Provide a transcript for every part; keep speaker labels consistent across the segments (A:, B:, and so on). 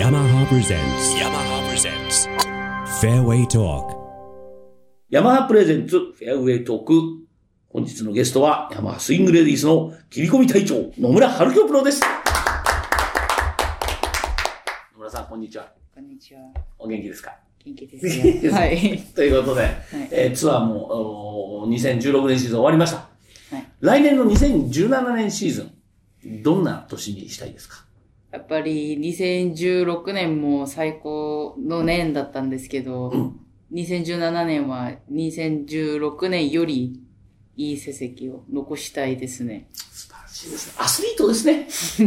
A: yamaha presents yamaha presents fairway talk
B: ヤマハプレゼンツフェアウェイトーク。本日のゲストは、ヤマハスイングレディースの切り込み隊長、野村春樹プロです。野村さん、こんにちは。
C: こんにちは。
B: お元気ですか
C: 元気ですよ。はい。
B: ということで、えーツアーもおー2016年シーズン終わりました。来年の2017年シーズン、どんな年にしたいですか
C: やっぱり2016年も最高の年だったんですけど、2017年は2016年よりいい成績を残したいですね。
B: 素晴らしいですね。アスリートですね。素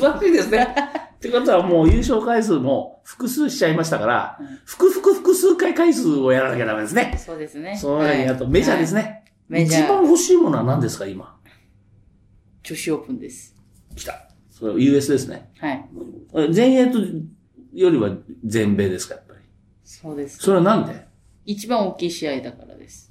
B: 晴らしいですね。ってことはもう優勝回数も複数しちゃいましたから、複々複数回回数をやらなきゃダメですね。
C: そうですね。
B: その中にあとメジャーです
C: ね。
B: ね。
C: メジャー
B: 一番欲しいものは何ですか、今。
C: 女子オープンです。
B: 来た。それは US ですね。
C: はい。
B: 全英とよりは全米ですか、やっぱり。
C: そうです。
B: それはなんで
C: 一番大きい試合だからです。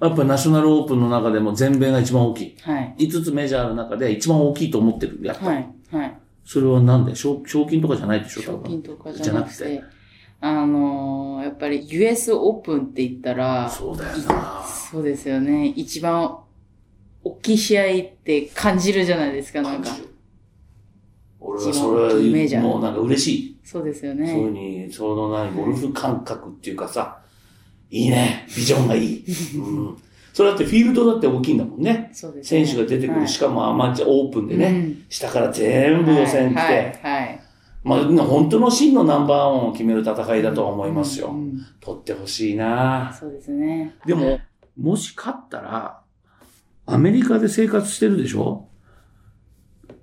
B: やっぱりナショナルオープンの中でも全米が一番大きい。
C: はい。
B: 5つメジャーの中で一番大きいと思ってる。やっぱり。
C: はい。はい。
B: それはなんで賞賞金とかじゃないでしょ
C: 賞
B: 多分
C: 金とかじゃなく
B: じゃな
C: て、あのーやっぱり US オープンって言ったら、
B: そうだよな
C: そうですよね。一番大きい試合って感じるじゃないですか、なんか。
B: 俺は
C: は
B: そ
C: それは一番大きいメジ
B: れ
C: ャ
B: は
C: ー
B: もうなんか嬉しい。
C: そうですよ
B: そういうふう
C: ね。
B: に、その何、ゴルフ感覚っていうかさ、いいね。ビジョンがいい。うん。それだってフィールドだって大きいんだもんね。
C: そうですね
B: 選手が出てくる、
C: はい
B: しかもアマチュアオープンでね、
C: うん
B: 下から全部予選来て、
C: はい。はいはい
B: まあ、本当の真のナンバーワンを決める戦いだとは思いますよ。
C: うん
B: 取ってほしいな
C: そうですね。
B: でも、もし勝ったら、アメリカで生活してるでしょ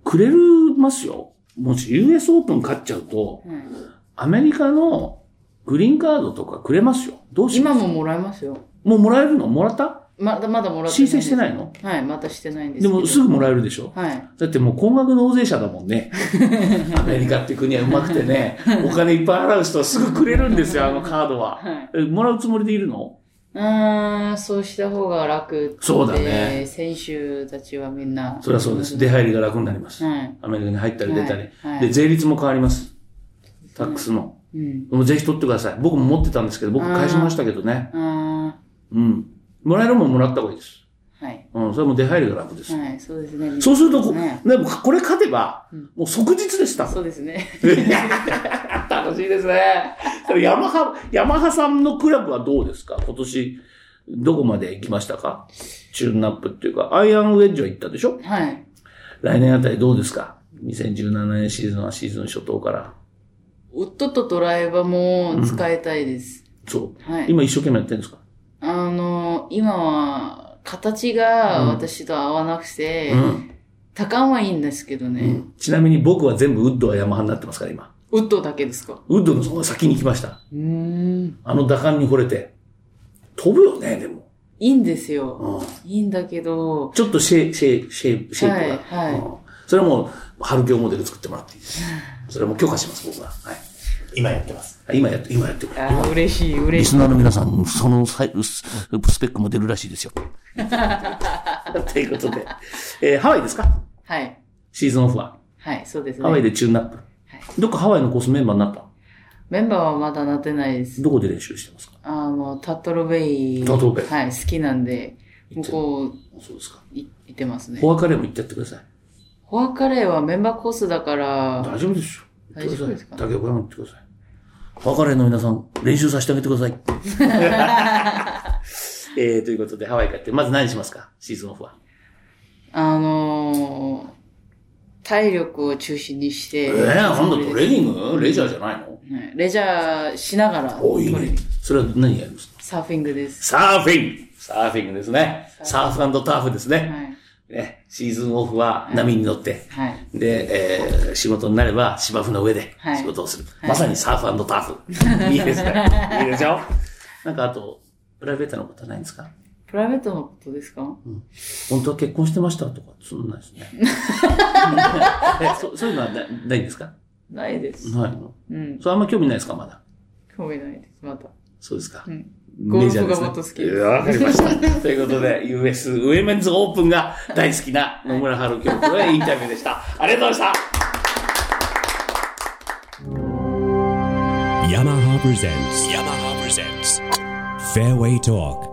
B: くれるますよ。もし US オープン勝っちゃうと、
C: はい
B: アメリカのグリーンカードとかくれますよ。どうしま
C: 今
B: す
C: ももらえますよ。
B: もうもらえるのもらった
C: まだまだもらって
B: 申請して
C: い
B: ないの
C: です。はい、またしてないんです
B: でもす
C: ぐ。
B: ぐもらえるでしょ
C: はい。
B: だってもう高額納税者だもん ね。アメリカって国はうまくてね、お金いっぱい払う人はすぐくれるんですよ、あのカードは。
C: はい。
B: えもらうつもりでいるの
C: うーん、そうした方が楽って
B: そうだね。
C: 選手たちはみんな。
B: それはそうです。出入りが楽になります。
C: はい。
B: アメリカに入ったり出たり。
C: はいはい
B: で、税率も変わります。タックスの。
C: うん。
B: もうぜひ取ってください。僕も持ってたんですけど、僕返しましたけどね。
C: あ
B: うん。もらえるもんもらった方がいいです。
C: ーはい。
B: うん、それも出入りが楽です。
C: はい、そうですね。
B: そうするとこ、
C: ね
B: でもこれ勝てば、もう即日でした。
C: そうですね。
B: 楽しいですね。ヤマハ、ヤマハさんのクラブはどうですか今年、どこまで行きましたかチューンナップっていうか、アイアンウェッジは行ったでしょ
C: はい。
B: 来年あたりどうですか ?2017 年シーズンはシーズン初頭から。
C: ウッドとドライバーも使いたいです。
B: そう。
C: はい。
B: 今一生懸命やってるんですか
C: あの、今は、形が私と合わなくて、
B: ん
C: 多感はいいんですけどね、
B: ちなみに僕は全部ウッドはヤマハになってますから、今。
C: ウッドだけですか
B: ウッドの方が先に来ました。
C: うーん。
B: あの打感に惚れて。飛ぶよね、でも。
C: いいんですよ。
B: うん
C: いいんだけど、
B: ちょっとシェイ、シェイ、シェイ、シェイプが。
C: はいはい
B: うんそれはもう、春京モデル作ってもらっていいです。それはもう許可します、僕は。はい。今やってます。今やって、今やってくれ。
C: あー嬉しい、
B: リ
C: 嬉し
B: ス
C: い。
B: ナーの皆さん、そのサイススペックも出るらしい ですよ。ということで、えーハワイですか
C: はい。
B: シーズンオフは。
C: はい、そうです
B: ハワイ
C: ね。
B: でチューンナップ。どっかハワイのコースメンバーになった
C: メンバーはまだなってないです。
B: どこで練習してますか
C: あの、タトルベイ。
B: タトルベイ
C: はい、好きなんで、向こう、
B: そうですか。
C: い、いてますね。
B: フォアカレーも行ってやってください。
C: フォアカレーはメンバーコースだから、
B: 大丈夫ですよ。行ってくだ
C: 大丈
B: さ
C: 夫
B: い
C: ですか
B: 竹岡さん行ってください。フォアカレーの皆さん、練習させてあげてくださ い。えー、ということで、ハワイ帰って、まず何しますかシーズンオフは。
C: あのー、体力を中心にして、
B: えー、なんだ、トレーニングレジャーじゃないの
C: はいレジャーしながら、
B: おいいね。それは何やりますか
C: サーフィングです。
B: サーフィンサーフィングですね。サーフターフですね。
C: はい。
B: ねシーズンオフは波に乗って、
C: はい。
B: で、えー仕事になれば芝生の上で
C: はい
B: 仕事をする。まさにサーフター フ。いいですね。いいでしょなんかあと、プライベートのことはないんですか
C: プライベートのことですか
B: 本当は結婚してましたとか、そんなんですね。 えそそういうのはなないんですか
C: ないです。
B: ないの
C: うん。
B: それあんま興味ないですかまだ。
C: 興味ないです、また。
B: そうですか。
C: うん。ゴ
B: メ
C: ル
B: ジャー
C: フ
B: で
C: が
B: すね
C: もっと好きで
B: い
C: す。
B: やわかりま した。ということで、US ウェメンズオープンが大好きな野村春樹のインタビューでした。ありがとうございました。
A: Yamaha presents. Yamaha presents. Fairway Talk.